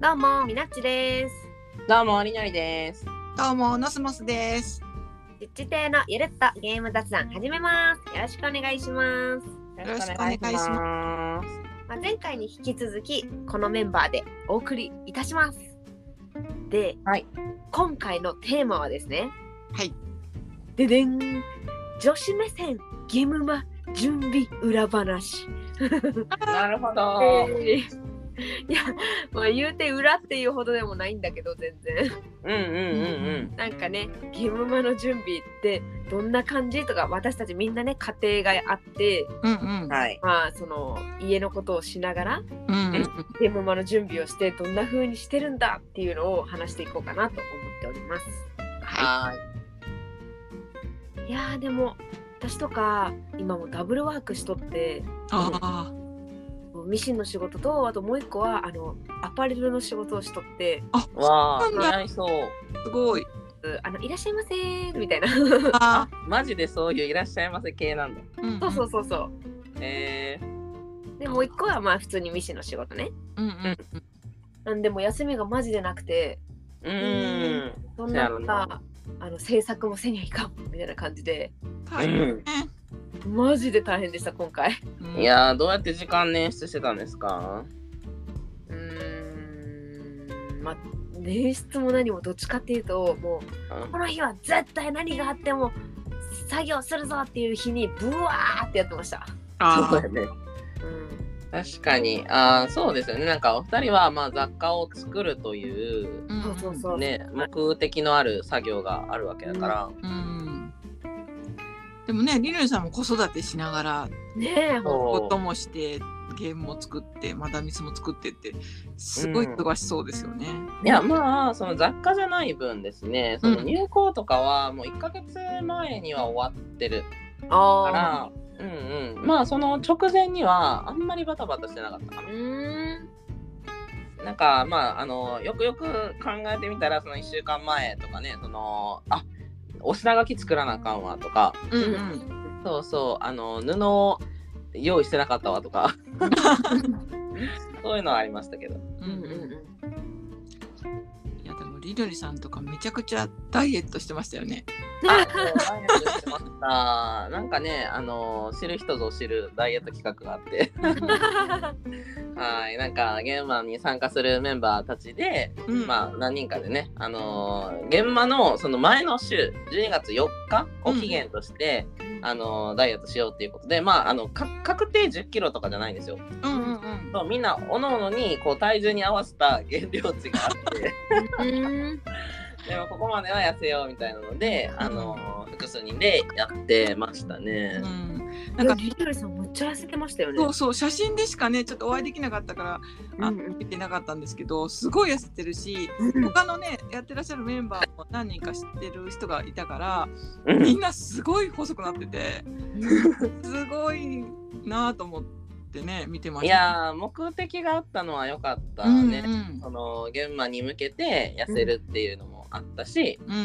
どうも、みなっちです。どうも、りなりです。どうも、ノスモスです。ちっち亭のゆるっとゲーム雑談始めます。よろしくお願いします。よろしくお願いしますます。まあ、前回に引き続き、このメンバーでお送りいたします。で、はい今回のテーマはですね。はい。ででん。女子目線ゲームマ準備裏話。なるほど。えー いや、まあ、言うて裏っていうほどでもないんだけど、全然。うんうんなんかねゲームマの準備ってどんな感じとか私たちみんなね家庭があってうんううんん。。はい。まあその家のことをしながらうんゲームマの準備をしてどんな風にしてるんだっていうのを話していこうかなと思っております。はい。いやーでも私とか今もダブルワークしとってあミシンの仕事とあともう一個はあのアパレルの仕事をしとってわあ、そうなんだ似合いそう。あ、すごい。うあのいらっしゃいませーみたいなあマジでそういういらっしゃいませ系なんだ。ー、そうんうそうそうそえー、うでもう一個はまあ普通にミシンの仕事ねうん。うんうんなんでもう休みがマジでなくてうーん。そんなそうやろさなあの制作もせにゃいかんみたいな感じで大う変んマジで大変でした今回うん。いやー、どうやって時間捻出してたんですかうーんまあ捻出も何もどっちかっていうともうこの日は絶対何があっても作業するぞっていう日にブワーってやってましたあそうだね。うん確かに。あーそうですよね。なんかお二人は、まあ、雑貨を作るという、ー、そうそうそう、ね、目的のある作業があるわけだから。うん。うん。でもね、りるんさんも子育てしながら、ねえほんそうこともして、ゲームも作って、マダミスも作ってって、すごいうん忙しそうですよね。いやまあその雑貨じゃない分ですねそのうん入校とかはもう1ヶ月前には終わってるかあら、うんうん、まあその直前にはあんまりバタバタしてなかったかーうーんななんかまああのよくよく考えてみたらその1週間前とかねそのあお品書き作らなあかんわとかうんうそうそうあの布を用意してなかったわと かそういうのはありましたけどううんんううん。んいや、でもりるりさんとかめちゃくちゃダイエットしてましたよね。あダイエットしてましたなんかねあの知る人ぞ知るダイエット企画があってはい、なんかゲーマに参加するメンバーたちで、うんまあ何人かでね、あのー、現場のその前の週12月4日を期限として、あのーダイエットしようっていうことで、まああのか確定10キロとかじゃないんですよ。うんうんうん。そうみんな各々にこう体重に合わせた減量値があっうーんて、でもここまでは痩せようみたいなので、あのー複数人でやってましたね。うん、ななんんかかリトルさんめっちゃ痩せてましたよねそうそう写真でしかねちょっとお会いできなかったからあうんうん見てなかったんですけどすごい痩せてるしうん他のねやってらっしゃるメンバーも何人か知ってる人がいたからうんみんなすごい細くなっててすごいなぁと思ってね見てまいした。やー目的があったのは良かったうんね。その現場に向けて痩せるっていうのもあったし、うんう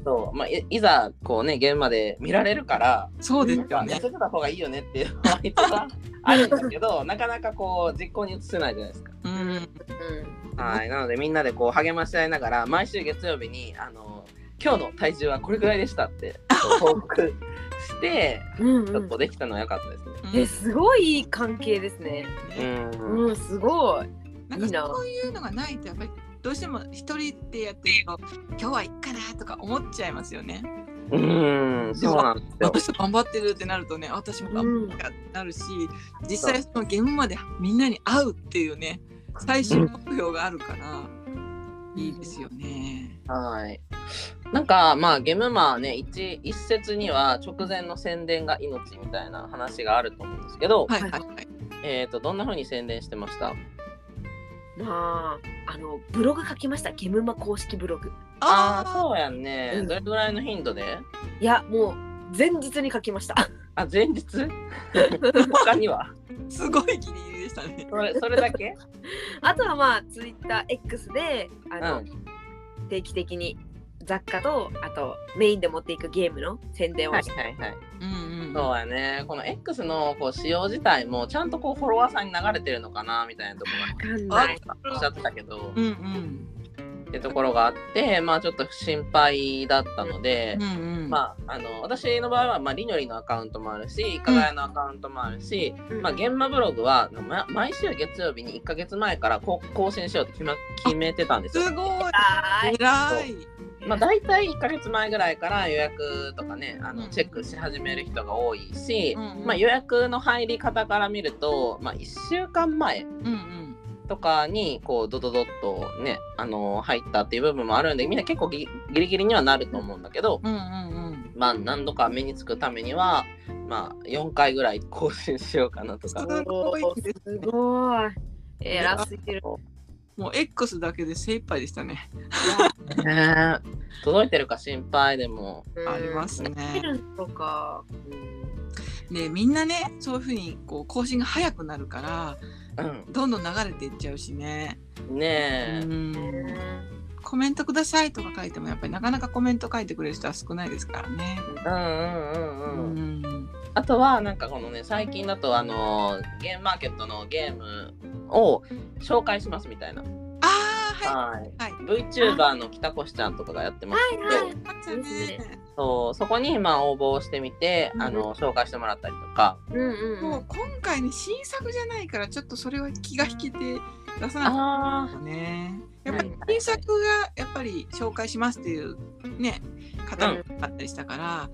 んそうまあ、いいざこうね現場で見られるからそうですなんかよ痩せてね。た方がいいよねっていうのは一番あるんだけどなかなかこう実行に移せないじゃないですか。うんはいなのでみんなでこう励まし合いながら毎週月曜日にあの今日の体重はこれぐらいでしたってこう報告してうんちうょっんとできたのは良かったですね。うんえすごいいい関係ですね。ねうんうん、すごい。ないいんなかそういうのがないとやっぱりどうしても一人でやってると今日はいっかなとか思っちゃいますよね。うん、そうなんですよ。私頑張ってるってなるとね私も頑張ってなるし、実際その現場までみんなに会うっていうね最終目標があるから、いいですよね。はい。なんかまあゲムマはね一一説には直前の宣伝が命みたいな話があると思うんですけど、はいはいはい。えっ、とどんな風に宣伝してました？まあ、あのブログ書きました。ゲムマ公式ブログ。ああーーそうやんね、うんどれぐらいの頻度で？いや、もう前日に書きました。 あ前日？他には？すごいギリギリでしたね。それそれだけ？あとはまあツイッター X であの、うん定期的に雑貨とあとメインで持っていくゲームの宣伝はをいして、はいはい。うんうんそうやね。この X のこう使用自体もちゃんとこうフォロワーさんに流れてるのかなみたいなところわかんがない。おっしゃってたけど、うんうんってところがあって、まあちょっと心配だったのでう、んうんまあ、あの私の場合は、まあ、りのりのアカウントもあるし、いかがやのアカウントもあるし、まあ、現場ブログは、ま、毎週月曜日に1か月前からこう更新しようって決,、ま、決めてたんですよす。ごいあ偉いまあ、大体1か月前ぐらいから予約とかねあうのんチェックし始める人が多いし、うんうんまあ、予約の入り方から見ると、まあ、1週間前うんうんとかにこうドドドッとね、あの入ったっていう部分もあるんでみんな結構ギギリギリにはなると思うんだけど、うんうんまあ、何度か目につくためには、まあ、4回ぐらい更新しようかなとかす。ごいですねすごい。偉す ぎる。もう X だけで精一杯でしたねねえ届いてるか心配でも。ありますね見るとか。うんねみんなねそういうふうにこう更新が早くなるからうどんどん流れていっちゃうしねん、うねえ、んコメントくださいとか書いてもやっぱりなかなかコメント書いてくれる人は少ないですからね。うんうんうんうんん。あとはなんかこのね最近だとあのーゲームマーケットのゲームを紹介しますみたいな、あはいあはいはい。 VTuber の北越ちゃんとかがやってますけど、はいはいありましたねそうそこにまあ応募をしてみて、うんあの紹介してもらったりとか、うんうんうもんう。今回ね新作じゃないからちょっとそれは気が引けて出さなかっあたね。やっぱりはい新作がやっぱり紹介しますっていうね方もあったりしたから、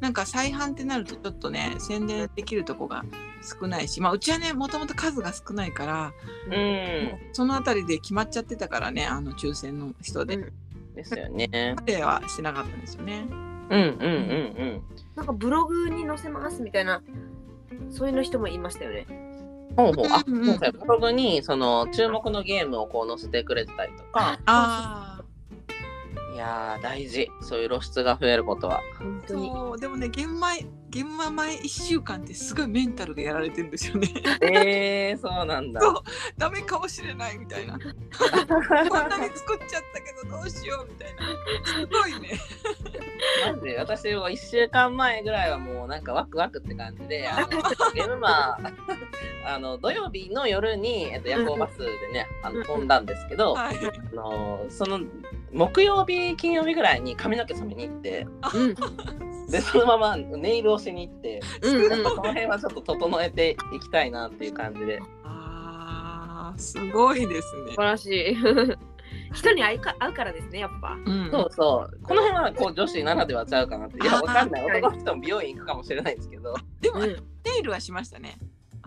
なんか再販ってなるとちょっとね宣伝できるとこが少ないし、まあうちはねもともと数が少ないから、ーうそのあたりで決まっちゃってたからねあの抽選の人で。んですよねまではしてなかったんですよね。うんうんうんなんかブログに載せますみたいな。そういうの人もいましたよね。うんほうほうあうんうん今回ブログにその注目のゲームをこう載せてくれてたりとかあいやー大事そういう露出が増えること は本あ、当に。そうでもね玄米玄米前1週間ってすごいメンタルでやられてるん ですよね。えー、そうなんだそうダメかもしれないみ たいな。こんなに作っちゃったけどどうしようみたいな。すごいね。マジで私も1週間前ぐらいはもうなんかワクワクって感じであのゲームマー あの土曜日の夜に、えっと、夜行バスでねあの飛んだんですけど、あはい。のその木曜日金曜日ぐらいに髪の毛染めに行ってうんでそのままネイルをしに行ってうんうんその辺はちょっと整えていきたいなっていう感じでああすごいですね素晴。らしい。 人に会うか会うからですね、やっぱ。うんそうそうこの辺はこう女子ならではちゃうかなっていやわかんないあー男の人も美容院行くかもしれないですけどでもうネんイルはしましたね。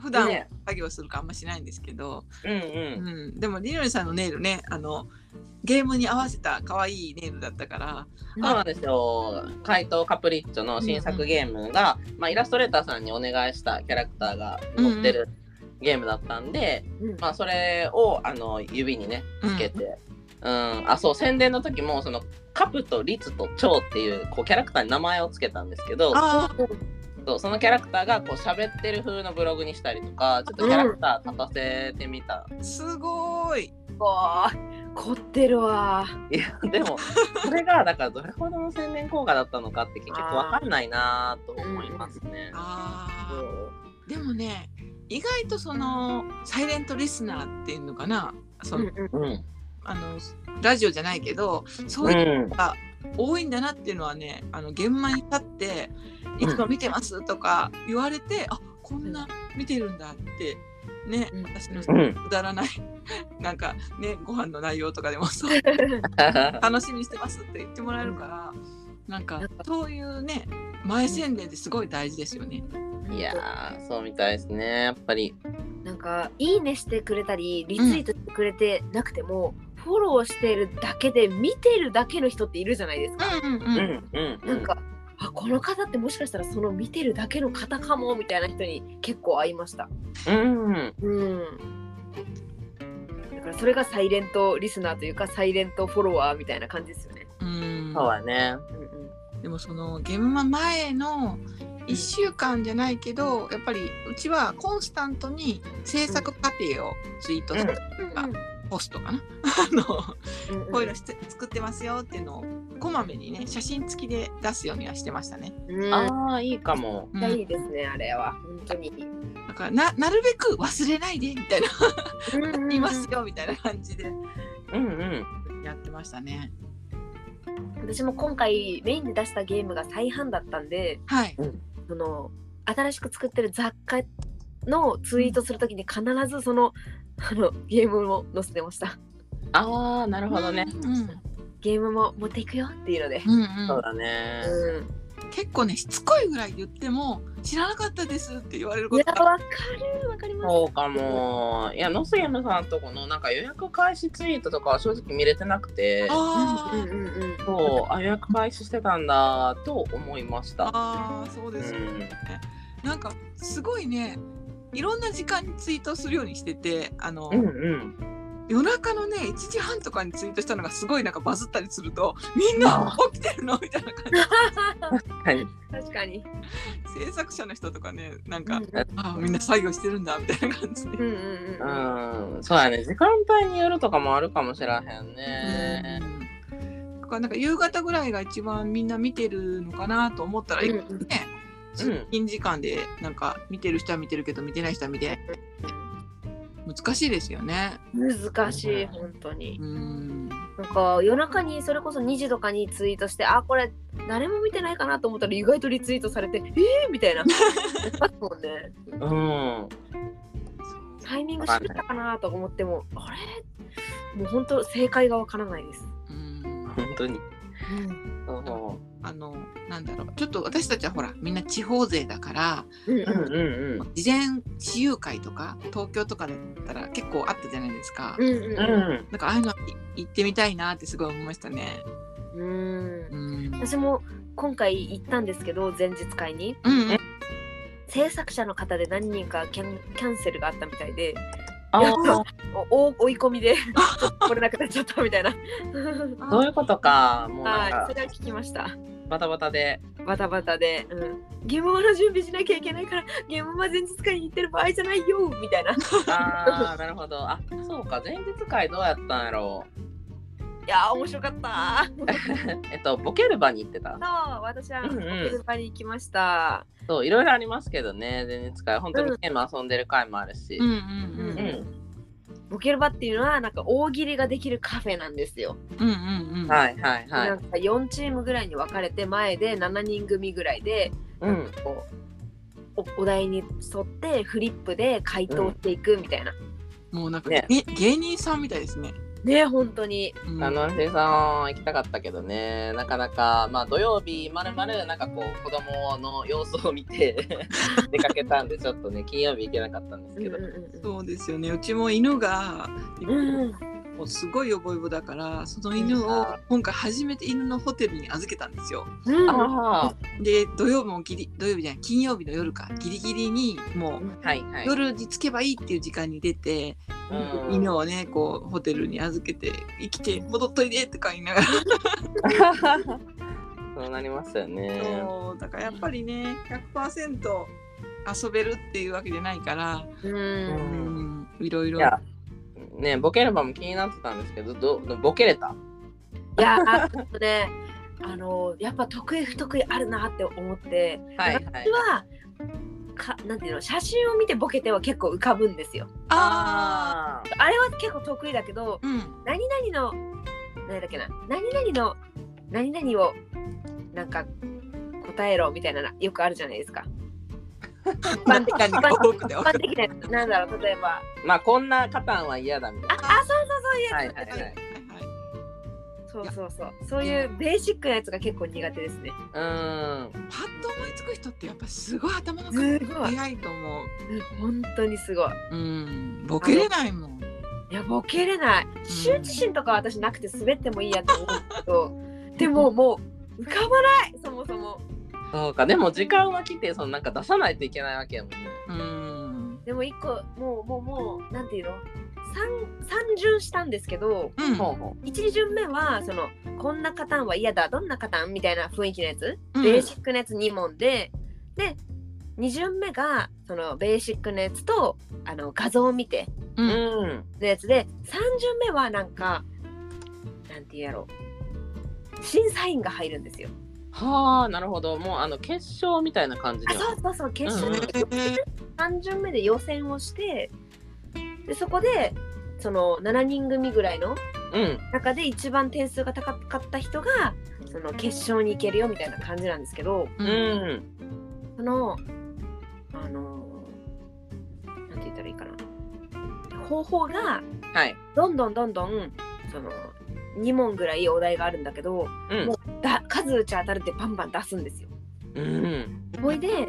普段ね作業するかあんましないんですけど。うんうんうん、でもりのりさんのネイルねあのゲームに合わせた可愛いネイルだったからそうなんですよ「怪盗カプリッチョ」の新作ゲームが、まあ、イラストレーターさんにお願いしたキャラクターが載ってるゲームだったんで、うんまあ、それをあの指にねつけて、うんあそう宣伝の時もそのカプとリツとチョウっていうこうキャラクターに名前をつけたんですけどあーそうそのキャラクターがこう喋ってる風のブログにしたりとかちょっとキャラクター立たせてみた、すごいこう凝ってるわ。い やでもそれがだからどれほどの宣伝効果だったのかって結局わかんないなと思いますね。あーそうでもね意外とそのサイレントリスナーっていうのかなその、うんうん、あのラジオじゃないけどそういうのが多いんだなっていうのはねあの現場に立って「いつも見てます」とか言われて、あこんな見てるんだってね、うん私のうんくだらない なんかねご飯の内容とかでもそう楽しみにしてますって言ってもらえるから、なんかそういうね前宣伝ってすごい大事ですよね。うん いやーそうみたいですねやっぱりなんか「いいね」してくれたりリツイートしてくれてなくても、フォローしてるだけで見てるだけの人っているじゃないですか。うんううんうんなんかあこの方ってもしかしたらその見てるだけの方かもみたいな人に結構会いました。うんうんだからそれがサイレントリスナーというかサイレントフォロワーみたいな感じですよね。うんそうだねうんでもその現場前の1週間じゃないけどやっぱりうちはコンスタントに制作過程をツイートする、うんあポストかな あのうんうんこういうのして作ってますよっていうのをこまめにね写真付きで出すようにはしてましたね。うんめっああ、いいかも。うんちゃいいですね、あれは。本当に。だからななるべく忘れないでみたいな「いますよ」みたいな感じでうんうん。やってましたね。私も今回メインで出したゲームが再販だったんで、はい、その新しく作ってる雑貨のツイートするときに必ずその あのゲームを載せてました。ああ、なるほどね。うんうんゲームも持っていくよっていうので。うんそううだね。うんん、結構ねしつこいぐらい言っても「知らなかったです」って言われるいことやわかるわかります。そうかも。いや、野杉山さんとこのなんか予約開始ツイートとかは正直見れてなくて、あうんーうんうん うん。そう、あ予約開始してたんだと思いました。あーそううですよねん、なんかすごいねいろんな時間にツイートするようにしててあの、うんうん。夜中のね1時半とかにツイートしたのがすごいなんかバズったりするとみんな起きてるの みたいな感はい。確かに。じ制作者の人とかねなんうか、んあーみんな作業してるんだみたいな感じで、うんうんうん。うん、そうやね。時間帯によるとかもあるかもしらへんね。うんだからなんか夕方ぐらいが一番みんな見てるのかなと思ったら、うんねうん出勤時間でなんか見てる人は見てるけど見てない人は見てない難しいですよね。難しい本当にうんなんか夜中にそれこそ2時とかにツイートしてあこれ誰も見てないかなと思ったら意外とリツイートされてえー、みたいなあったもんねうん。タイミング知ったかなと思ってもあれもう本当正解がわからないです、うん本当に。そうそあのなんだろうちょっと私たちはほらみんな地方勢だからうんう。うんうん事前私有会とか東京とかだったら結構あったじゃないですか、うんうん。うんうん。なんかああいうのい行ってみたいなってすごい思いましたね。うんうんうん、私も今回行ったんですけど前日会にうんうん制作者の方で何人かキャンキャンセルがあったみたいであいやあ、おお追い込みで来れなくなっちゃったみたいなそういうことか。もうなはんいかそれは聞きましたバタバタで。バタバタで、うん、ゲームマの準備しなきゃいけないからゲームマ前日会に行ってる場合じゃないよみたいな いああ、なるほど。あ、そうか。前日会どうやったんやろう。やー面白かったーえっと、ボケる場に行ってた。そう私はうんうんゲームマに行きました、そう、いろいろありますけどね。前日会。本当にゲーム遊んでる会もあるしうん。ううんん。ボケルバっていうのはなんか大喜利ができるカフェなんですよ、うんうんうんはいはいはないん。か4チームぐらいに分かれて前で7人組ぐらいでうん。こうおお題に沿ってフリップで回答していくみたいな、もうなんか、ねげ芸人さんみたいですね。ね本当にうんあの、生産行きたかったけどね、なかなか、まあ、土曜日、まるまる、なんかこう、子供の様子を見て 出かけたんで、ちょっとね、金曜日行けなかったんですけど、そうですよね。うちも犬が、うんもうすごいヨボヨボだから、その犬を今回初めて犬のホテルに預けたんですよ。うんあで、土曜日もギリ土曜日じゃない金曜日の夜かギリギリにもうあ、はいはい。夜に着けばいいっていう時間に出て、うん犬をねこうホテルに預けて生きて戻っといでとか言いながら、そうなりますよね。そうだからやっぱりね100%遊べるっていうわけじゃないから、うんううんん、いろいろいや、ね、ボケる場も気になってたんですけど、どボケれたいやーちょっとねあのーやっぱ得意不得意あるなって思って、はいはい。私はかなんていうの写真を見てボケては結構浮かぶんですよ。ああーあれは結構得意だけどーうん何々の何だっけな何々の何々をなんか答えろみたいなのよくあるじゃないですか。何かが多くて一般的なやつなんだろう例えばまあ、こんなカタンは嫌だみたあいな。あそうそうそういうやつ、はいはいはい。そうそうそうそういうベーシックなやつが結構苦手ですね。うーん。パッと思いつく人ってやっぱすごい頭のす回ご転いが早いと思う。本当にすごい。うん、ボケれないもん。いやボケれない羞恥心とかは私なくて滑ってもいいやと思うけど、 でももう浮かばないそもそもそうか、でも時間は来て、そのなんか出さないといけないわけやもんね。うん、でも一個もうもうもうなんていうの三三巡したんですけどうん、ほうほ一巡目はそのこんなカタンは嫌だどんなカタンみたいな雰囲気のやつ、うんベーシックなやつ2問でで二巡目がそのベーシックなやつとあの画像を見てう。ううん。のやつで3巡目はなんかなんて言うやろう審査員が入るんですよ。はあなるほどもうあの決勝みたいな感じあではそうそうそう決勝うんで3巡目で予選をしてでそこでその7人組ぐらいのうん中で一番点数が高かった人がその決勝に行けるよみたいな感じなんですけどううんんそのあのなんて言ったらいいかな方法がはいどんどんどんどんその2問ぐらいお題があるんだけどうんもだ数打ち当たるってバンバン出すんですよ。うんほいで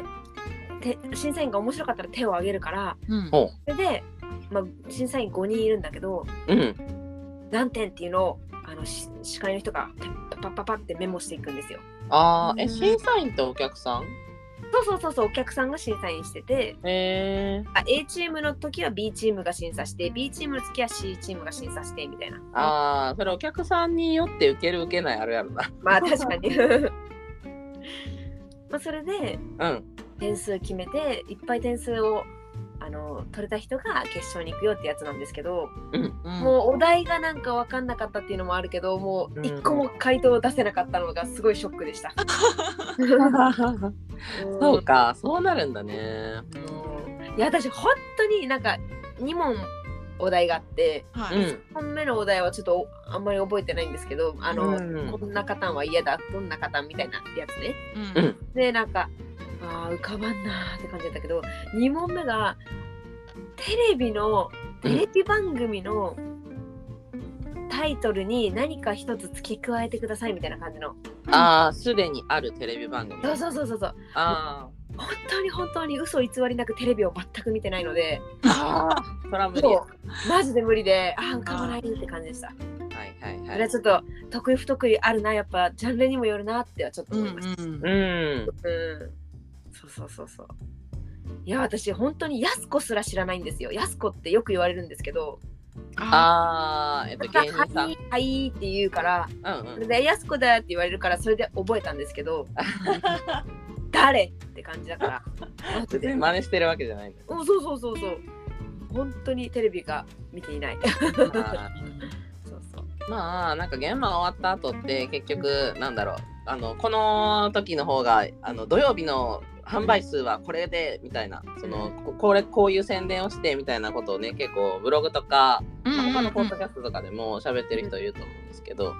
て審査員が面白かったら手を挙げるからうんおそれで、まあ、審査員5人いるんだけどうん何点っていうのをあのし司会の人がパッパッパッパッってメモしていくんですよ。ああうえん審査員とお客さんそうそうそうそうお客さんが審査員しててへえあ A チームの時は B チームが審査して B チームの時は C チームが審査してみたいなああそれお客さんによって受ける受けないあるやろなまあ確かに まあそれで うん点数決めていっぱい点数をあの取れた人が決勝に行くよってやつなんですけど、うんもうお題がなんか分かんなかったっていうのもあるけどもううん一個も回答を出せなかったのがすごいショックでした。そうかそうなるんだねうんいや私本当になんか2問お題があってはういん1本目のお題はちょっとあんまり覚えてないんですけどあの、うんこんな方は嫌だどんな方みたいなやつね。ううんんでなんかあー浮かばんなーって感じだったけど2問目がテレビのテレビ番組のタイトルに何か一つ付け加えてくださいみたいな感じのああすでにあるテレビ番組そうそうそうそうそうあー本当に本当に嘘偽りなくテレビを全く見てないのであートラブルもはうマジで無理でああ浮かばないって感じでしたいはいあはれはいちょっと得意不得意あるなやっぱジャンルにもよるなってはちょっとうん思いましたうんうんうんそうそうそうそういや私本当にやす子すら知らないんですよやす子ってよく言われるんですけどあああえっと芸人はさんいはいって言うからうんうんでやす子だって言われるからそれで覚えたんですけ ど誰って感じだからマジ別でに真似してるわけじゃないんだうんそうそうそうそう本当にテレビが見ていないけどまあそうそうまあなんか現場終わった後って結局なんだろうあのこの時の方があの土曜日の販売数はこれでみたいなそのここれこういう宣伝をしてみたいなことをね結構ブログとか、うんまあ他のポッドうキャストとかでも喋ってる人いると思うんですけど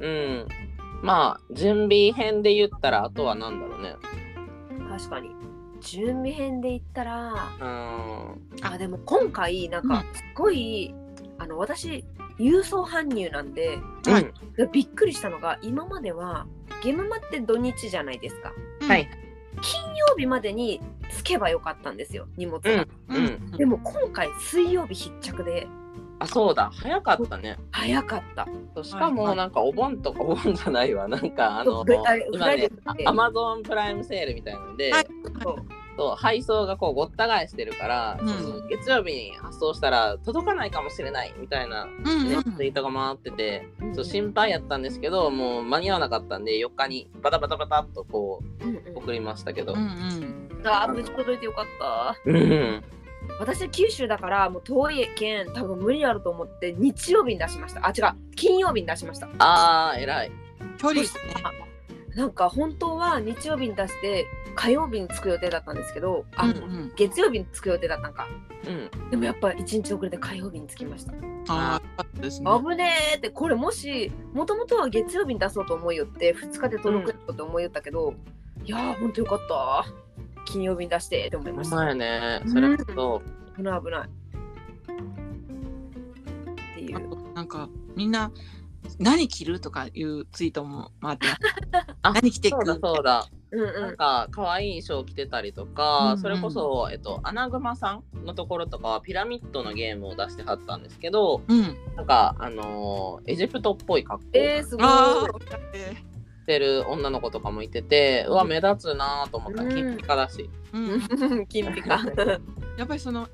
うんんうんまあ準備編で言ったらあとはなんだろうね確かに準備編で言ったらうんあでも今回なんかすごい、あの私郵送搬入なんではでびっくりしたのが今まではゲムマって土日じゃないですかうんはい金曜日までに着けばよかったんですよ荷物が、うん、うん、でも今回水曜日必着であそうだ早かったね早かったそうしかはいはもいなんかお盆とかお盆じゃないわなんかあのそうあれフ今ねライデーアマゾンプライムセールみたいなんで、はいそうそう配送がこうごった返してるから、うんそう月曜日に発送したら届かないかもしれないみたいな、ねうんうんツイートが回ってて、うんそう心配やったんですけどもう間に合わなかったんで4日にバタバタバタっとこうんう送りましたけどう、んうんあー無事届いてよかったうん私九州だからもう遠い県多分無理あると思って日曜日に出しましたあ違う金曜日に出しましたあー偉いうん距離ですねなんか本当は日曜日に出して火曜日に着く予定だったんですけどあ、うんうん月曜日に着く予定だったんかうんでもやっぱ一日遅れて火曜日に着きましたああよかったですね危ねえってこれもしもともとは月曜日に出そうと思いよって2日で届くやろうと思いよったけど、いやーほんとよかった金曜日に出してって思いましほんまたやねそれこそ、危ない危ないっていあうとなんかみんな何着るとかいうツイートも回ってます あ何着てそうくだそうだうんうなんんか可愛い衣装着てたりとうんか、うんそれこそ、えっと、アナグマさんのところとかはピラミッドのゲームを出してはったんですけどうんなんか、あのーエジプトっぽい格好をえー、しすごいああてる女の子とかもいてて、うわ目立つなーと思ったうんら金ピカだし、う ん金ピカ。やっぱりその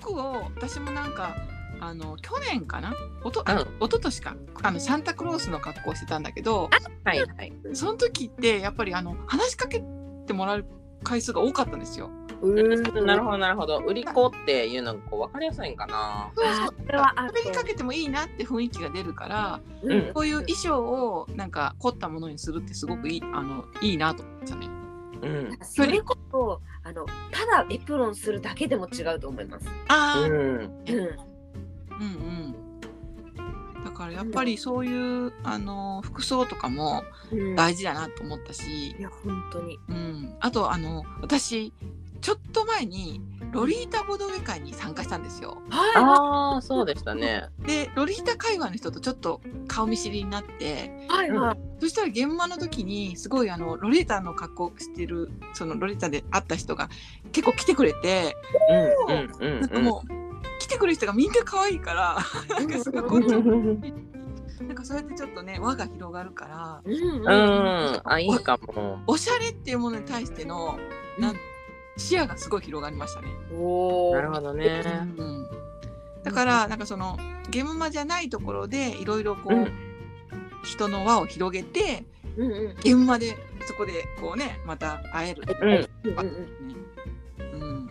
服を私もなんかあの去年かなおと、うんあおととしかあのサンタクロースの格好をしてたんだけどはいはいその時ってやっぱりあの話しかけてもらう回数が多かったんですよ。うんなるほどなるほど売り子っていうのがこう分かりやすいんかなあーそれはあこるれにかけてもいいなって雰囲気が出るから、ううんんこういう衣装をなんか凝ったものにするってすごくいいあのいいなと思いましたね。うんそれこそあのただエプロンするだけでも違うと思います。あーうんうんうんうん。だからやっぱりそういうあの服装とかもうん、い大事だなと思ったし、や本当に。うん、あとあの私ちょっと前にロリータボードウェイ会に参加したんですよ。はああそうでしたねでロリータ界隈の人とちょっと顔見知りになっていはいはい。そしたら現場の時にすごいあのロリータの格好をしてるそのロリータで会った人が結構来てくれてうんうん なんかうんもう、来てくる人がみんな可愛いからなんかすごいこっちもうんなんかそうやってちょっとね輪が広がるからうんううんんあいいかもおしゃれっていうものに対してのなん視野がすごい広がりましたね。おお。なるほどねうんだからなんかそのゲームマじゃないところでいろいろこう、うん人の輪を広げてうんうん現場でそこでこうねまた会える、うんうんうん。ねうん、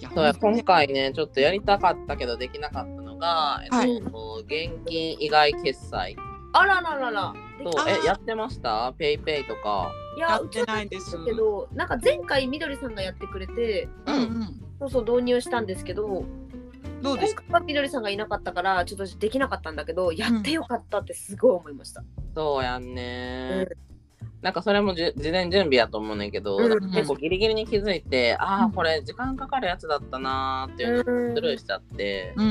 いやそうや本当に今回ねちょっとやりたかったけどできなかったのが、はいえっと、現金以外決済あらららら。とであーえやってましたペイペイとかいややってないですうちはやってたけどなんか前回みどりさんがやってくれてうんそうそう導入したんですけどうん、どう今ですか回はみどりさんがいなかったからちょっとできなかったんだけどやってよかったってすごい思いました。そうやんねうなんかそれもじゅ事前準備やと思うねんけど、うんなんか結構ギリギリに気づいて、あうあんこれ時間かかるやつだったなーっていうのうんスルーしちゃって、ううん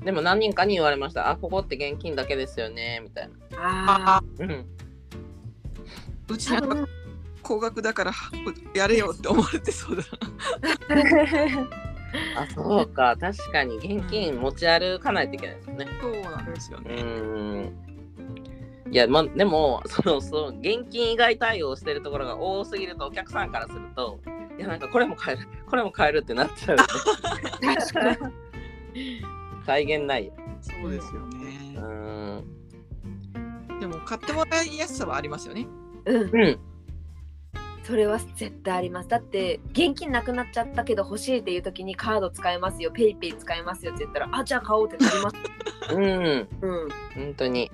ん、でも何人かに言われましたあここって現金だけですよねみたいな、ああうん、うちあなんか高額だからやれよって思われてそうだあそうか確かに現金持ち歩かないといけないですねなそうなんですようね、ーんいやまでもそのその現金以外対応してるところが多すぎるとお客さんからするといやなんかこれも買えるこれも買えるってなっちゃうよ ね確かに再現ないよそうですよねう、ーんでも買ってもらいやすさはありますよねうんうんそれは絶対ありますだって現金なくなっちゃったけど欲しいっていう時にカード使えますよペイペイ使えますよって言ったらあじゃあ買おうってなります。 うんうん本当に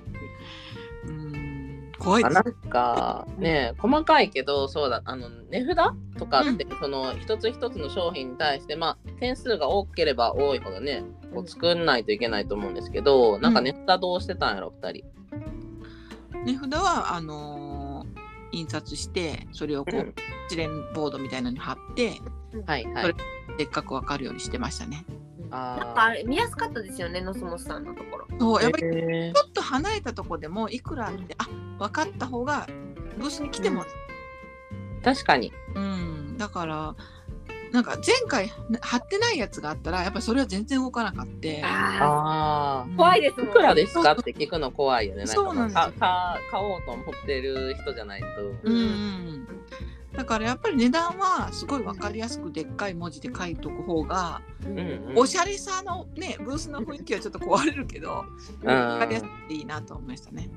うん怖いあですなんかね細かいけどそうだあの値札とかって、その一つ一つの商品に対してまあ点数が多ければ多いほどねこう作んないといけないと思うんですけど、なんか値札どうしてたんやろ2人。値札はあのー印刷してそれをこう、うん一連ボードみたいなのに貼ってはいはそいれ。でっかくわかるようにしてましたね。あーなんかあれ見やすかったですよねノスモスさんのところ。そうやっぱりちへーょっと離れたとこでもいくらってあ分かった方がブースに来ても確かに。うん、だからなんか前回貼ってないやつがあったらやっぱりそれは全然動かなかって。ああー怖いでですもあ。ん。いくらですかって聞くの怖いよね。かそうなんですよかか買おうと思ってる人じゃないと。うんうんだからやっぱり値段はすごい分かりやすくでっかい文字で書いとく方がうんうんおしゃれさのねブースの雰囲気はちょっと壊れるけどう分かりやすん。くていいなと思いましたね。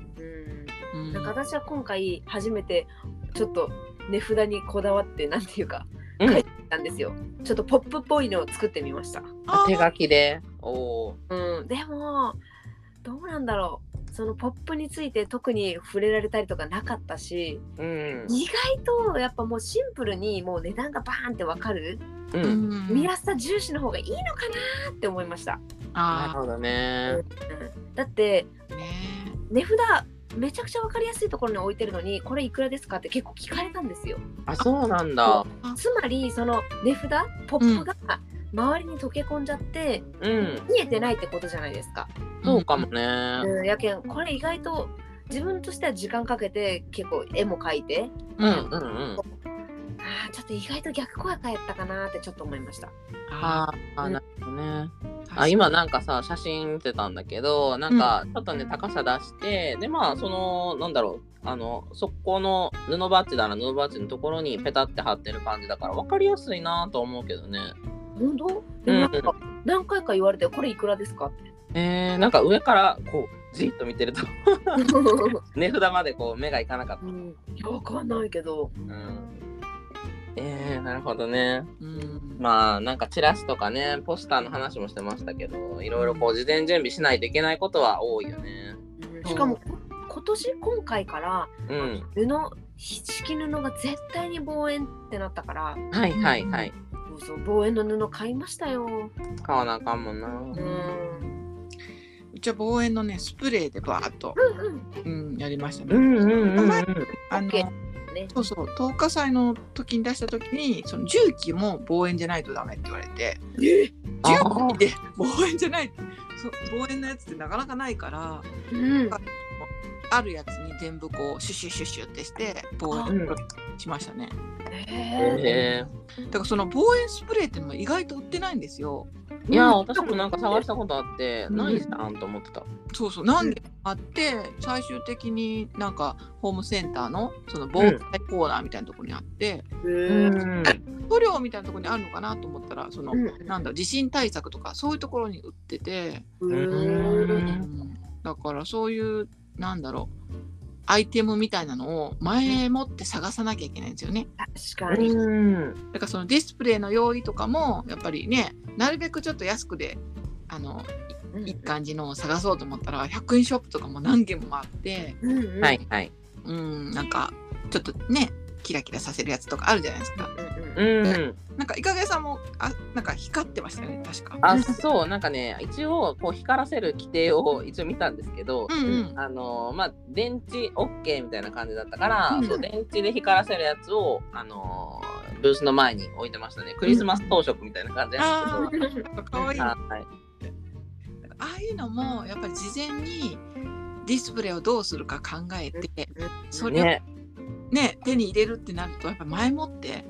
うんうんなんか私は今回初めてちょっと値札にこだわってなんていうかう書んいてたんですよ、ちょっとポップっぽいのを作ってみました、あ手書きで。おおうん、でもどうなんだろうそのポップについて特に触れられたりとかなかったしー。うん。意外とやっぱもうシンプルにもう値段がバーンってわかるう。うんん見やすさ重視の方がいいのかなって思いました、なるあほどね。うん、だってあね値札めちゃくちゃわかりやすいところに置いてるのにこれいくらですかって結構聞かれたんですよあ、そうなんだ。あつまりその値札ポップが周りに溶け込んじゃって、うん。見えてないってことじゃないですか。そうかもね。うん、やけんこれ意外と自分としては時間かけて結構絵も描いてううんうん、んうん。ああちょっと意外と逆効果やったかなってちょっと思いました。ああーあー、うんなるほどね。ーあ今なんかさ写真見てたんだけどなんかちょっとね、高さ出してでまあそのなんだろうあのそこの布バッジなら布バッジのところにペタって貼ってる感じだから分かりやすいなと思うけどね本当でもなんか何回か言われて「これいくらですか?」って。えー、なんか上からこうじっと見てると 値札までこう目がいかなかっ た、うん、いやわかんないけど、うん、えー、なるほどね。うんまあなんかチラシとかね、ポスターの話もしてましたけど、いろいろこう事前準備しないといけないことは多いよね。うんしかもこ今年今回からうん。布敷布が絶対に望遠ってなったからはいはいはい。そうそう望遠の布買いましたよ。買わなあかんもんな。んうちは望遠のねスプレーでバーっと、うんうんうん、やりましたね。うんうんうんうん。あの OK ねそうそう10日祭の時に出した時にその重機も望遠じゃないとダメって言われて重機で望遠じゃないってそ望遠のやつってなかなかないからうんあるやつに全部こうシュシュシュシュってして望遠しましたねへえだからその望遠スプレーってのも意外と売ってないんですよー、いや私もなんか探したことあって、何したんと思ってた。そうそう何件もあって最終的になんかホームセンターのその防災コーナーみたいなところにあってえ。塗料みたいなところにあるのかなと思ったらそのうんなんだ地震対策とかそういうところに売ってて、うんだからそういうなんだろうアイテムみたいなのを前もって探さなきゃいけないんですよね。確かに。だからそのディスプレイの用意とかもやっぱりねなるべくちょっと安くであのいい感じのを探そうと思ったら100円ショップとかも何軒もあって、うんうんはい。はい。うん、なんかちょっとねキラキラさせるやつとかあるじゃないですか。うんうん。なんかいかげさんもあなんか光ってましたよね確か。あそうなんかね一応こう光らせる規定を一応見たんですけど、うんうんあのーまあ電池 OK みたいな感じだったから、うんそう電池で光らせるやつをあのーブースの前に置いてましたねクリスマス当色みたいな感じなんですけど、あーかわいいはい、ああいうのもやっぱり事前にディスプレイをどうするか考えてそれをねね手に入れるってなるとやっぱ前もって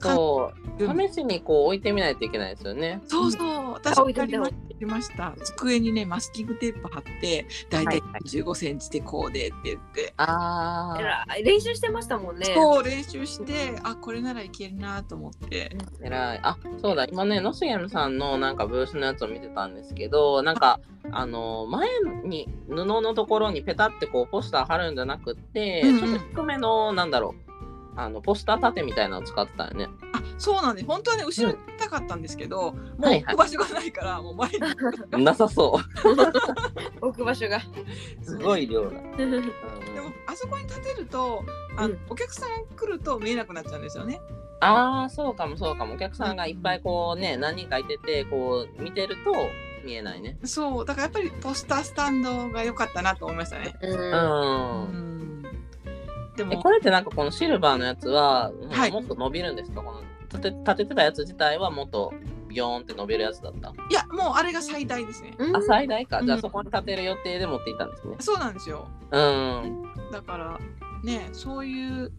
そううん試しにこう置いてみないといけないですよね。そうそう私置分いとかいりたました机にねマスキングテープ貼って大体1 5センチでこうでって言って、あえあらい練習してましたもんね。そう練習してあこれならいけるなと思って偉いあそうだ今ね野杉山さんのなんかブースのやつを見てたんですけどなんかあの前に布のところにペタってこうポスター貼るんじゃなくって、うんうんちょっと低めのなんだろうあのポスター縦みたいなの使ってたよね。あそうなんで本当はね後ろに行きたかったんですけど、もうはい置はいく場所がないから、もう前になさ そう。 置く場所が。すごい量だ。でもあそこに立てるとあの、うんお客さん来ると見えなくなっちゃうんですよね。ああそうかもそうかもお客さんがいっぱいこうね何人かいててこう見てると見えないね。そうだからやっぱりポスタースタンドが良かったなと思いましたね。う。うんんえでもこれってなんかこのシルバーのやつは、はいもっと伸びるんですかこの立て立ててたやつ自体はもっとビヨーンって伸びるやつだった、いやもうあれが最大ですね。ん。あ最大か、うんじゃあそこに立てる予定で持っていったんですねそうなんですよ。うんだからねそういう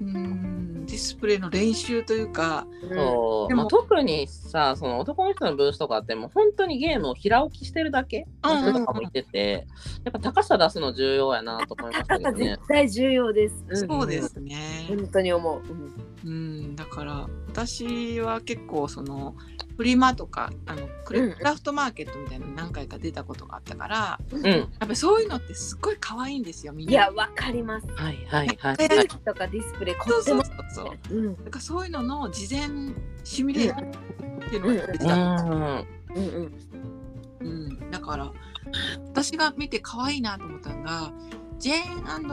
うんディスプレイの練習というかそうでまもあ、特にさその男の人のブースとかってもう本当にゲームを平置きしてるだけうんうんうんの人とかもいててやっぱ高さ出すの重要やなと思いましたけどね絶対重要です。そうで。すね。本当に思う。うんだから私は結構そのフリマとかあのクレうんクラフトマーケットみたいなの何回か出たことがあったから、うんうんやっぱりそういうのってすっごい可愛いんですよみんいな。や、わかります。はいはいはいえはいとかディスプレイそ凝うってそうまそうそう。す。うんなんかそういうのの事前シミュレーションっていうのが出てうた、んうんうん。うん、だから私が見て可愛いなと思ったのがジェーン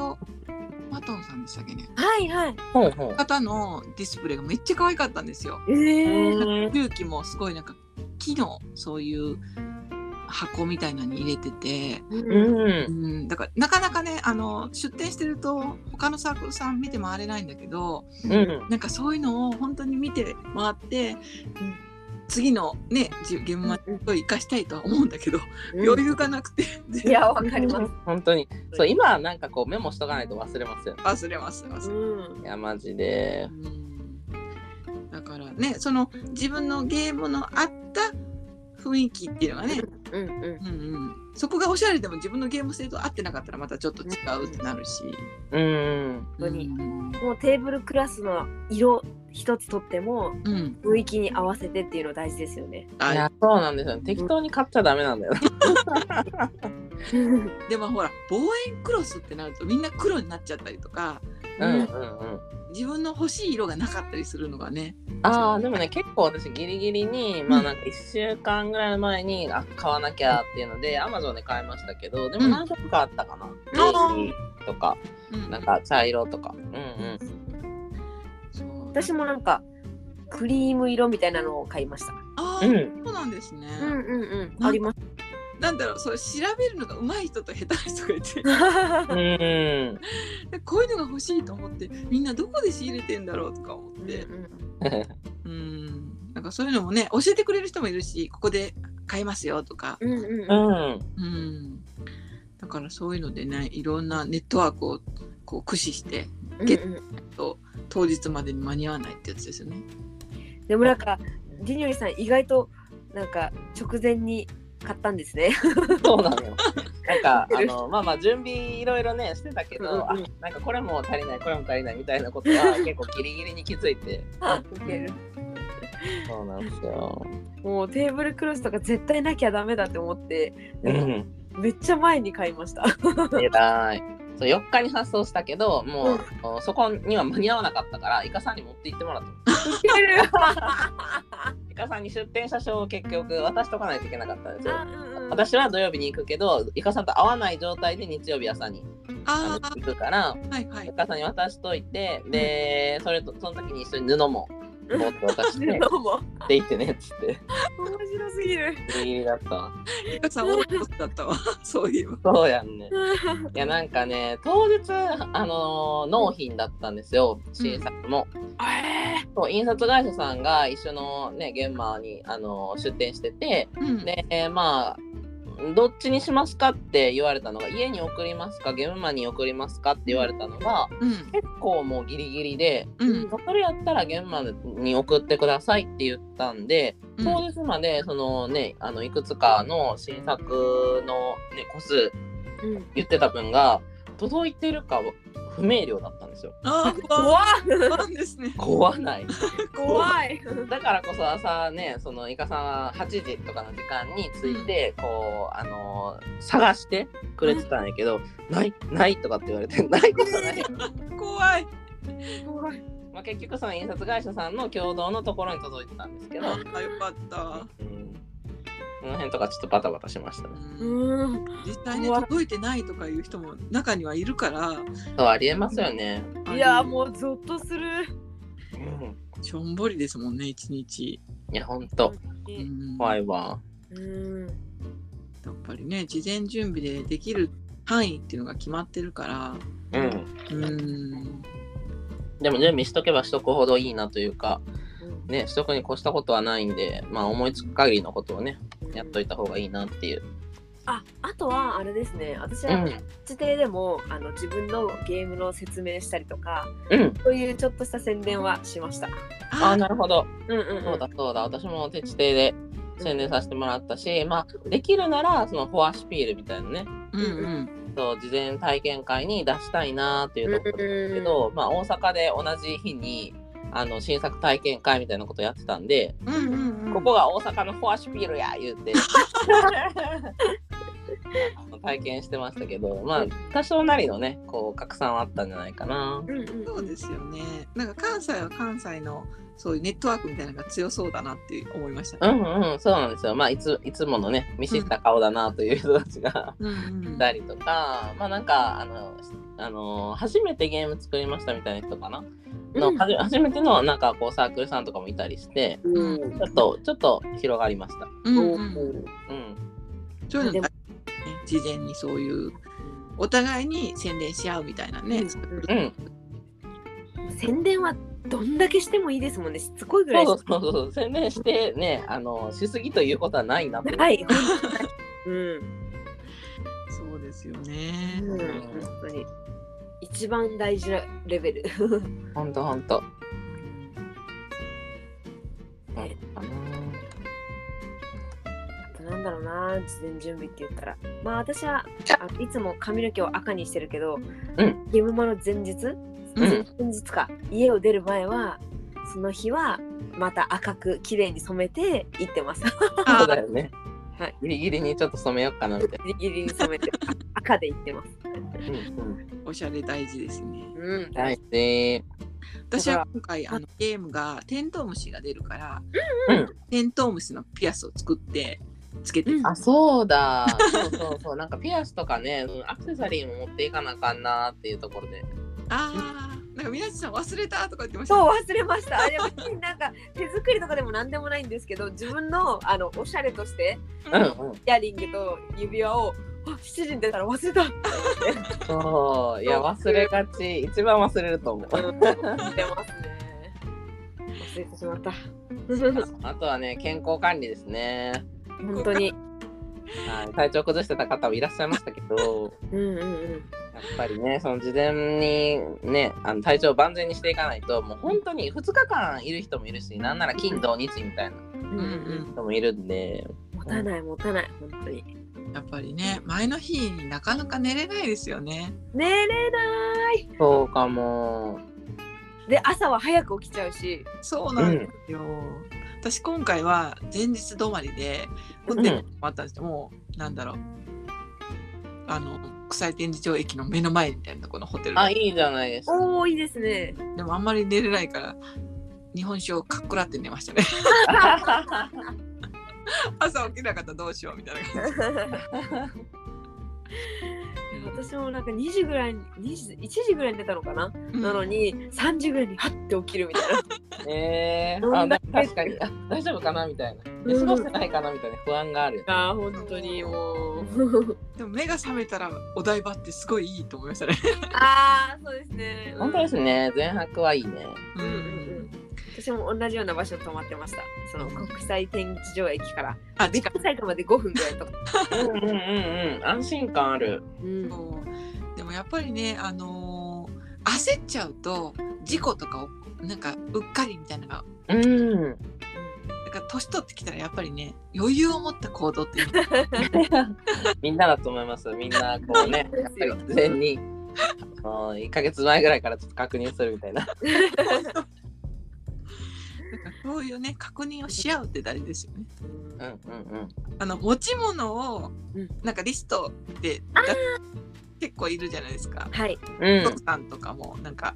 マトンさんでしたっけねはいはい。ほうほう方のディスプレイがめっちゃ可愛かったんですよ。ええ。勇気もすごいなんか木のそういう箱みたいなのに入れてて、うんううんん、だからなかなかねあの出店してると他のサークルさん見て回れないんだけど、うんなんかそういうのを本当に見て回って、次のねじ現場を生かしたいとは思うんだけど、余裕がなくて いや、わかります。本当にそう今はなんかこうメモしとかないと忘れますよね忘れます忘れます、うんいやマジでうんだからねその自分のゲームのあった雰囲気っていうのがね、うんうん。うんうん、そこがおしゃれでも自分のゲーム性と合ってなかったらまたちょっと違うってなるし、うん当にうんもうテーブルクラスの色一つとってもうん、雰囲気に合わせてっていうの大事ですよね。いあやそうなんですよ適当に買っちゃダメなんだよでもほら望遠クロスってなるとみんな黒になっちゃったりとかうんうんうん。自分の欲しい色がなかったりするのがねああ、でもね、結構私ギリギリに、まあなんか1週間ぐらい前に、あ、買わなきゃっていうので、アマゾンで買いましたけど、でもうん何色かあったかな。あー緑とか、なんか茶色とか。うんうん。そう私もなんかクリーム色みたいなのを買いました。あうーんそうなんですね、うんうんうん。かあります。なんだろうそれ調べるのが上手い人と下手な人がいてうん。で こういうのが欲しいと思ってみんなどこで仕入れてんだろうとか思ってうんなんかそういうのもね教えてくれる人もいるしここで買いますよとか、うんうんううん。ん。うん、だからそういうのでねいろんなネットワークをこう駆使してうんうんと当日までに間に合わないってやつですよね。でもなんかジニョリさん意外となんか直前に買ったんですね。そうなのよ。なんか、あの、まあまあ、準備いろいろね、してたけうど、んうんあなんかこれも足りない、これも足りないみたいなことは、結構ギリギリに気づいて。そうなんですよ。もうテーブルクロスとか絶対なきゃダメだって思って、うん。めっちゃ前に買いました。偉い。そう、4日に発送したけど、もううん、あのそこには間に合わなかったから、イカさんに持って行ってもらった。いける。イカさんに出店者証を結局渡しとかないといけなかったんですよあ。うんうん私は土曜日に行くけど、イカさんと会わない状態で日曜日朝にあのあ行くから、あはいはおい。母さんに渡しといて、で、それと、その時に一緒に布も持って渡して、持っどうもて行ってねっつって、面白すぎる。ギリギリだったわ。ゆ かさんおろこだったわそういえば。そうやんね。いや、なんかね、当日、あのー納品だったんですよ、新作も。えそう印刷会社さんが一緒のね、現場に、あのー出店してて、うんで、まあ、どっちにしますかって言われたのが家に送りますかゲームマンに送りますかって言われたのがうん結構もうギリギリでうんそれやったら現場に送ってくださいって言ったんで、うん当日までそのねあのいくつかの新作の、ね、個数ーうん言ってた分が届いてるか不明瞭だったんですよ。あー怖怖いなんですね。怖 ない。怖い。だからこそ朝ねそのイカさんは8時とかの時間に着いて、こうあのー探してくれてたんやけど「ないない」とかって言われて「 ないことない」怖い。怖い。まあ結局その印刷会社さんの共同のところに届いてたんですけどあ。ーよかった。うんこの辺とかちょっとバタバタしましたね。うんうん。実際ね怖い届いてないとかいう人も中にはいるから。そうありえますよね。あのいやもうゾッとする。しょんぼりですもんね一日。いやほんとうん怖いわ。うん。やっぱりね事前準備でできる範囲っていうのが決まってるから。うん。うん。でも準備しとけばしとくほどいいなというかねしとくに越したことはないんでまあ思いつく限りのことをねやっといた方がいいなっていう。あ、あとはあれですね。私うはん。家庭でも、あの自分のゲームの説明したりとか、うん。そういうちょっとした宣伝はしました。ああなるほど。うんうん、そうだそうだ。私も手地底で宣伝させてもらったしまあできるならそのフォアシピールみたいなねうんうん。そう事前体験会に出したいなっていうところですけど、まあ、大阪で同じ日にあの新作体験会みたいなことやってたんで、うんうんうん。ここが大阪のフォアシュピールや言うてあの体験してましたけど、まあ、多少なりのねこう拡散はあったんじゃないかな。うんうんうん。そうですよね。なんか関西は関西のそういうネットワークみたいなのが強そうだなって思いましたうね。んうん、そうなんですよ。まあ、いつ、いつものね、見知った顔だなという人たちがうんういんたりとか、まあ、なんか、あの、あの、初めてゲーム作りましたみたいな人かな。の、うんはじ初めてのなんかこうサークルさんとかもいたりしてちょっとちょっと広がりました。うんうんうん、そういうのがね事前にそういうお互いに宣伝し合うみたいなね。うんうん、宣伝はどんだけしてもいいですもんね。しつこいぐらそいうそうそうそう宣伝してねあのしすぎということはないなと。はい。うん。そうですよね。うん、本当に。一番大事なレベル。 ほんとほんと。ねあとなんだろうな、事前準備って言ったら。まあ私はあいつも髪の毛を赤にしてるけど、うんゲームマの前日、前日か、家を出る前は、その日はまた赤く綺麗に染めて行ってます。 そあうだよねはい。ギリギリにちょっと染めようかなみたいギリギリに染めて、赤で行ってます。な。うんおしゃれ大事ですね。うん。大事。私は今回あのゲームがテントウムシが出るから、うんテントウムシのピアスを作ってつけてうんあ、そうだ。そうそうそう。なんかピアスとかね、うんアクセサリーも持っていかなあかんなっていうところで。あーなんか宮地さん忘れたとか言ってましたそう忘れました。あれ別になんか手作りとかでもなんでもないんですけど、自分のあのおしゃれとしてうんううん。イヤリングと指輪をあ7時に出たら忘れた。そう。いや、忘れがち。一番忘れると思う。忘れますね。忘れてしまった。あとはね、健康管理ですね。本当に。はい、体調崩してた方もいらっしゃいましたけど、うんうんうん。やっぱりね、その事前にね、あの体調を万全にしていかないと、もう本当に2日間いる人もいるし、なんなら金、土、日みたいうなんんうんうん。ん人もいるんで、持たない持たない本当に。やっぱりね前の日になかなか寝れないですよね寝れない。そうかも。で朝は早く起きちゃうし。そうなんですよ、私今回は前日泊まりでホテルに泊まったんですけど、もうなんだろうあの国際展示場駅の目の前みたいなところのホテルあ、いいじゃないですか。おおいいですね。でもあんまり寝れないから日本酒をかっこらって寝ましたね朝起きなかったらどうしようみたいな感私もなんか2時ぐらいに2時1時ぐらいに出たのかな、じなのに3時ぐらいにハッて起きるみたいなえー、どあんだだけ確かにあ大丈夫かなみたいな寝過ごせないかなみたいな不安があるよねあー本当にもうでも目が覚めたらお台場ってすごいいいと思いましたね。ああそうですね本当ですね前泊はいいねううんうんうん私も同じような場所に泊まってましたその国際展示場駅からあ時間国際まで5分ぐらいのとか、うんうんうんうん安心感あるうんもでもやっぱりねあのー焦っちゃうと事故とかおなんかうっかりみたいなのがうんだから年取ってきたらやっぱりね余裕を持った行動っていうのみんなだと思います。みんなこ うね、やっぱり事前に。もう1ヶ月前ぐらいからちょっと確認するみたいな。なんかそういうね確認をし合うって大事ですよね。うんうんあの持ち物をうんなんかリストで結構いるじゃないですか。はいうん。うおん父。さんとかもなんか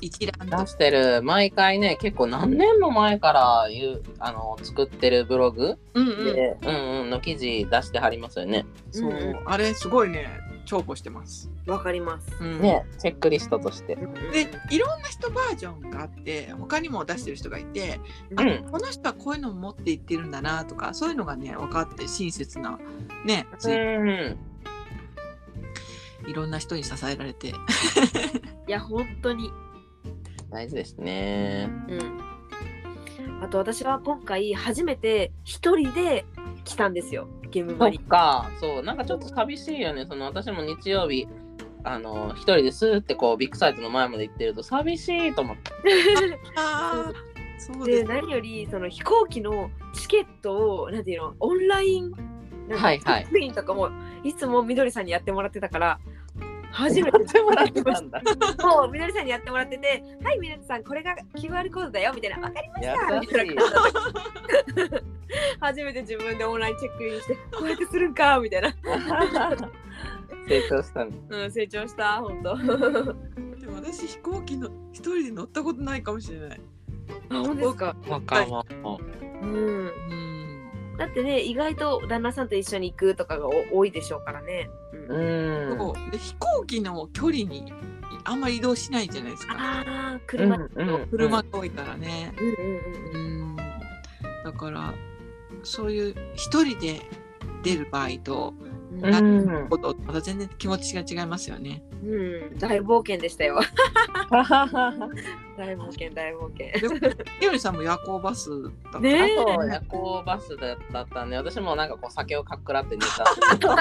一覧と出かしてる毎回ね結構何年も前からいうあの作ってるブログうんうん、で、うんうん、の記事出してはりますよね。そう、うんうんあれすごいね重宝してます。わかります、うんねチェックリストとして。でいろんな人バージョンがあって他にも出してる人がいて、うあんこの人はこういうのも持っていってるんだなとかそういうのがね分かって親切なね、うんうんいろんな人に支えられて、いや本当に大事ですね。うんあと私は今回初めて一人で来たんですよゲームそマっリかそうなんかちょっと寂しいよねその私も日曜日あの一人ですーってこうビッグサイトの前まで行ってると寂しいと思って。あ そうでです何よりその飛行機のチケットをなんていうのオンラインなんかはいはチいェックインとかもいつもみどりさんにやってもらってたから初めてでもらってた んだ。そうみどりさんにやってもらってて「はいみどりさんこれが QR コードだよ」みたいな「わかりました」みたいな感じだった 初めて自分でオンラインチェックインしてこうやってするんかみ たいな、成長したの。うん、成長した本当あでも私飛行機の一人で乗ったことないかもしれない。本当ですかわかも。うんうんだってね意外と旦那さんと一緒に行くとかがお多いでしょうからね。ううんん。そうで飛行機の距離にあんまり移動しないじゃないですかああうん車、うんうん車が多いからね。うんうんうんだからそういう一人で出る場合とうんうんほどまた全然気持ちが違いますよね。うん、大冒険でしたよ。大冒険大冒険。でもゆりさんも夜行バスだったねあえと夜行バスだったんで私もなんかこう酒をかっくらって寝た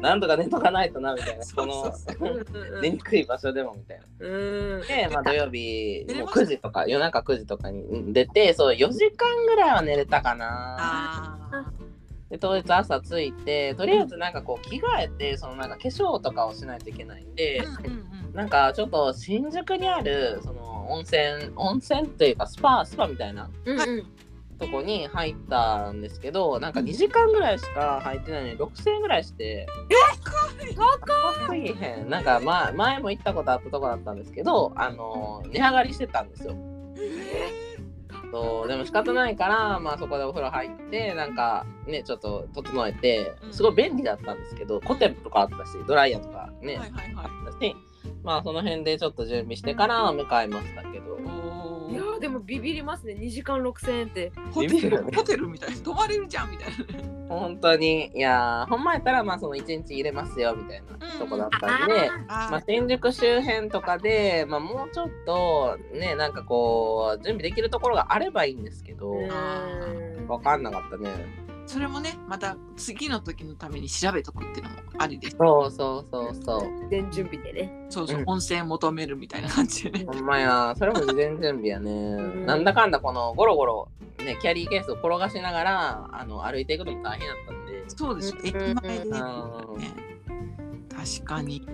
なんとか寝とかないとなみたいなそこうそうのそううん寝にくい場所でもみたいな。うんうんで、まあ、土曜日寝れもうました9時とか夜中9時とかに出てそう4時間ぐらいは寝れたかな。あーで当日朝着いてとりあえずなんかこう着替えてそのなんか化粧とかをしないといけないんで。うんうんなんかちょっと新宿にあるその温泉温泉というかスパスパみたいなうんうんとこに入ったんですけどなんか2時間ぐらいしか入ってないのに6000円ぐらいして高いねなんか、ま、前も行ったことあったとこだったんですけどあの値上がりしてたんですよそうでも仕方ないから、まあ、そこでお風呂入ってなんかねちょっと整えてうんすごい便利だったんですけどコテンとかあったしドライヤーとかね、はいはいあはったしまあその辺でちょっと準備してから向かいましたけどい。おいやーーでもビビりますね2時間6000円ってホテ微妙だルねホテルみたいな泊まれるじゃんみたいな。本当にいやーほんまやったらまあその1日入れますよみたいなとこだったんで。あまあ、新宿周辺とかで、まあ、もうちょっとねなんかこう準備できるところがあればいいんですけど、うーん分かんなかったねそれもねまた次の時のために調べとくっていうのもありです。そうそうそうそう事前準備でねそうそう、うん温泉求めるみたいな感じでね。ほんまやそれも事前準備やね、んなんだかんだこのゴロゴロ、ね、キャリーケースを転がしながらあの歩いていくのも大変だったんでそうですようん駅前でねうんね確かに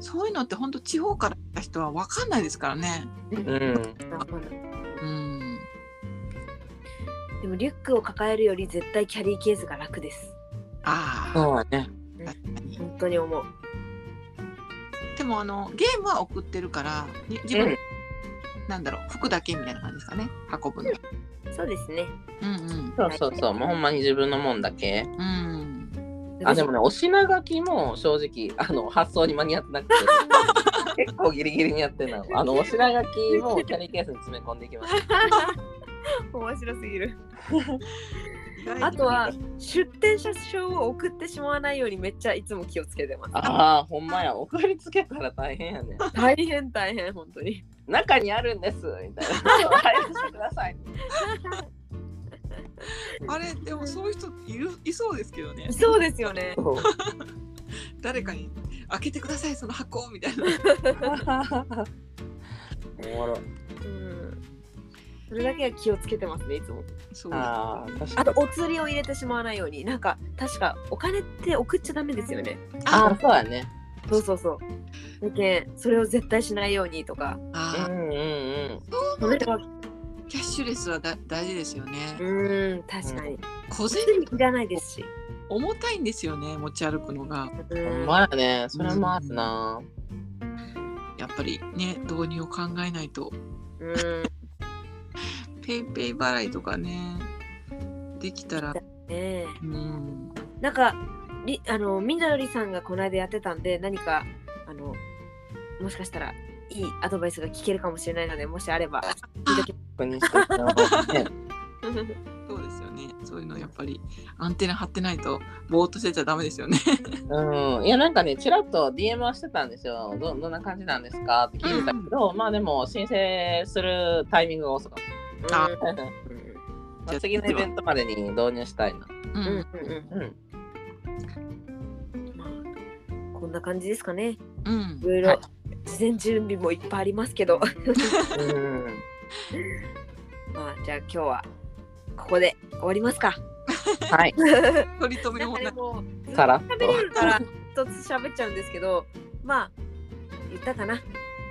そういうのって本当地方から来た人は分かんないですからね。うんなんかねうんでもリュックを抱えるより絶対キャリーケースが楽ですああそうだね確かに本当に思うでもあのゲームは送ってるからに自分、なんだろう服だけみたいな感じですかね運ぶの。そうですねうんそうそうそうもうほんまに自分のもんだけうんうんあでもねお品書きも正直あの発送に間に合って なくて結構ギリギリにやってんのあのお品書きもキャリーケースに詰め込んでいき ました面白すぎる意外にあとは出店者証を送ってしまわないようにめっちゃいつも気をつけ てますああ、ほんまや、送りつけたら大変やね。大変大変本当に中にあるんです、みたいな。配布してください。あれでもそういう人いるいそうですけどねそうですよね誰かに「開けてくださいその箱を」みたいな。おもろうんそれだけは気をつけてますねいつも そうああ、確かあにと。お釣りを入れてしまわないようになんか確かお金って送っちゃダメですよねあああ、そうやね。そうそうそうだけんそれを絶対しないようにとかうんあうんうん。そうそなんれだはキャッシュレスはだ大事ですよねう。ーん確かに小銭薬いらないですし重たいんですよね持ち歩くのがうほーんんまやね、それもあるな。やっぱりね導入を考えないとうーんねペイペイ払いとかねできたらえうんなんかりあのみなりさんがこの間やってたんで何かあのもしかしたらいいアドバイスが聞けるかもしれないのでもしあれば聞いとき確認しておきます ねそうですよねそういうのやっぱりアンテナ張ってないとぼーっとしてちゃダメですよねうん、いやなんかねちらっと DM はしてたんですよどどんな感じなんですかって聞いてたけど、まあでも申請するタイミングが遅かったあう まんうんあ次のイベントまでに導入したいなううんんうんうんまあこんな感じですかね。うんいろいろ事前準備もいっぱいありますけど、 うんまあじゃあ今日はここで終わりますか。はい、取り留めなんもかねないもうさらっ喋と。れるから一つ喋っちゃうんですけど、まあ言ったかな。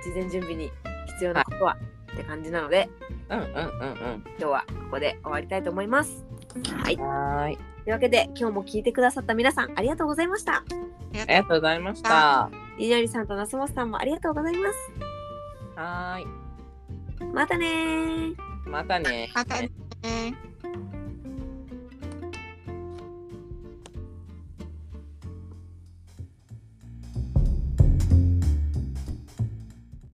事前準備に必要なことは、って感じなので、うんうんうん今日はここで終わりたいと思います。はい。うといん。はーい。うわけで今日も聞いてくださった皆さんありがとうございました。ありがとうございました。りなりさんとなすもさんもありがとうございます。はーい。またねー。またね。またね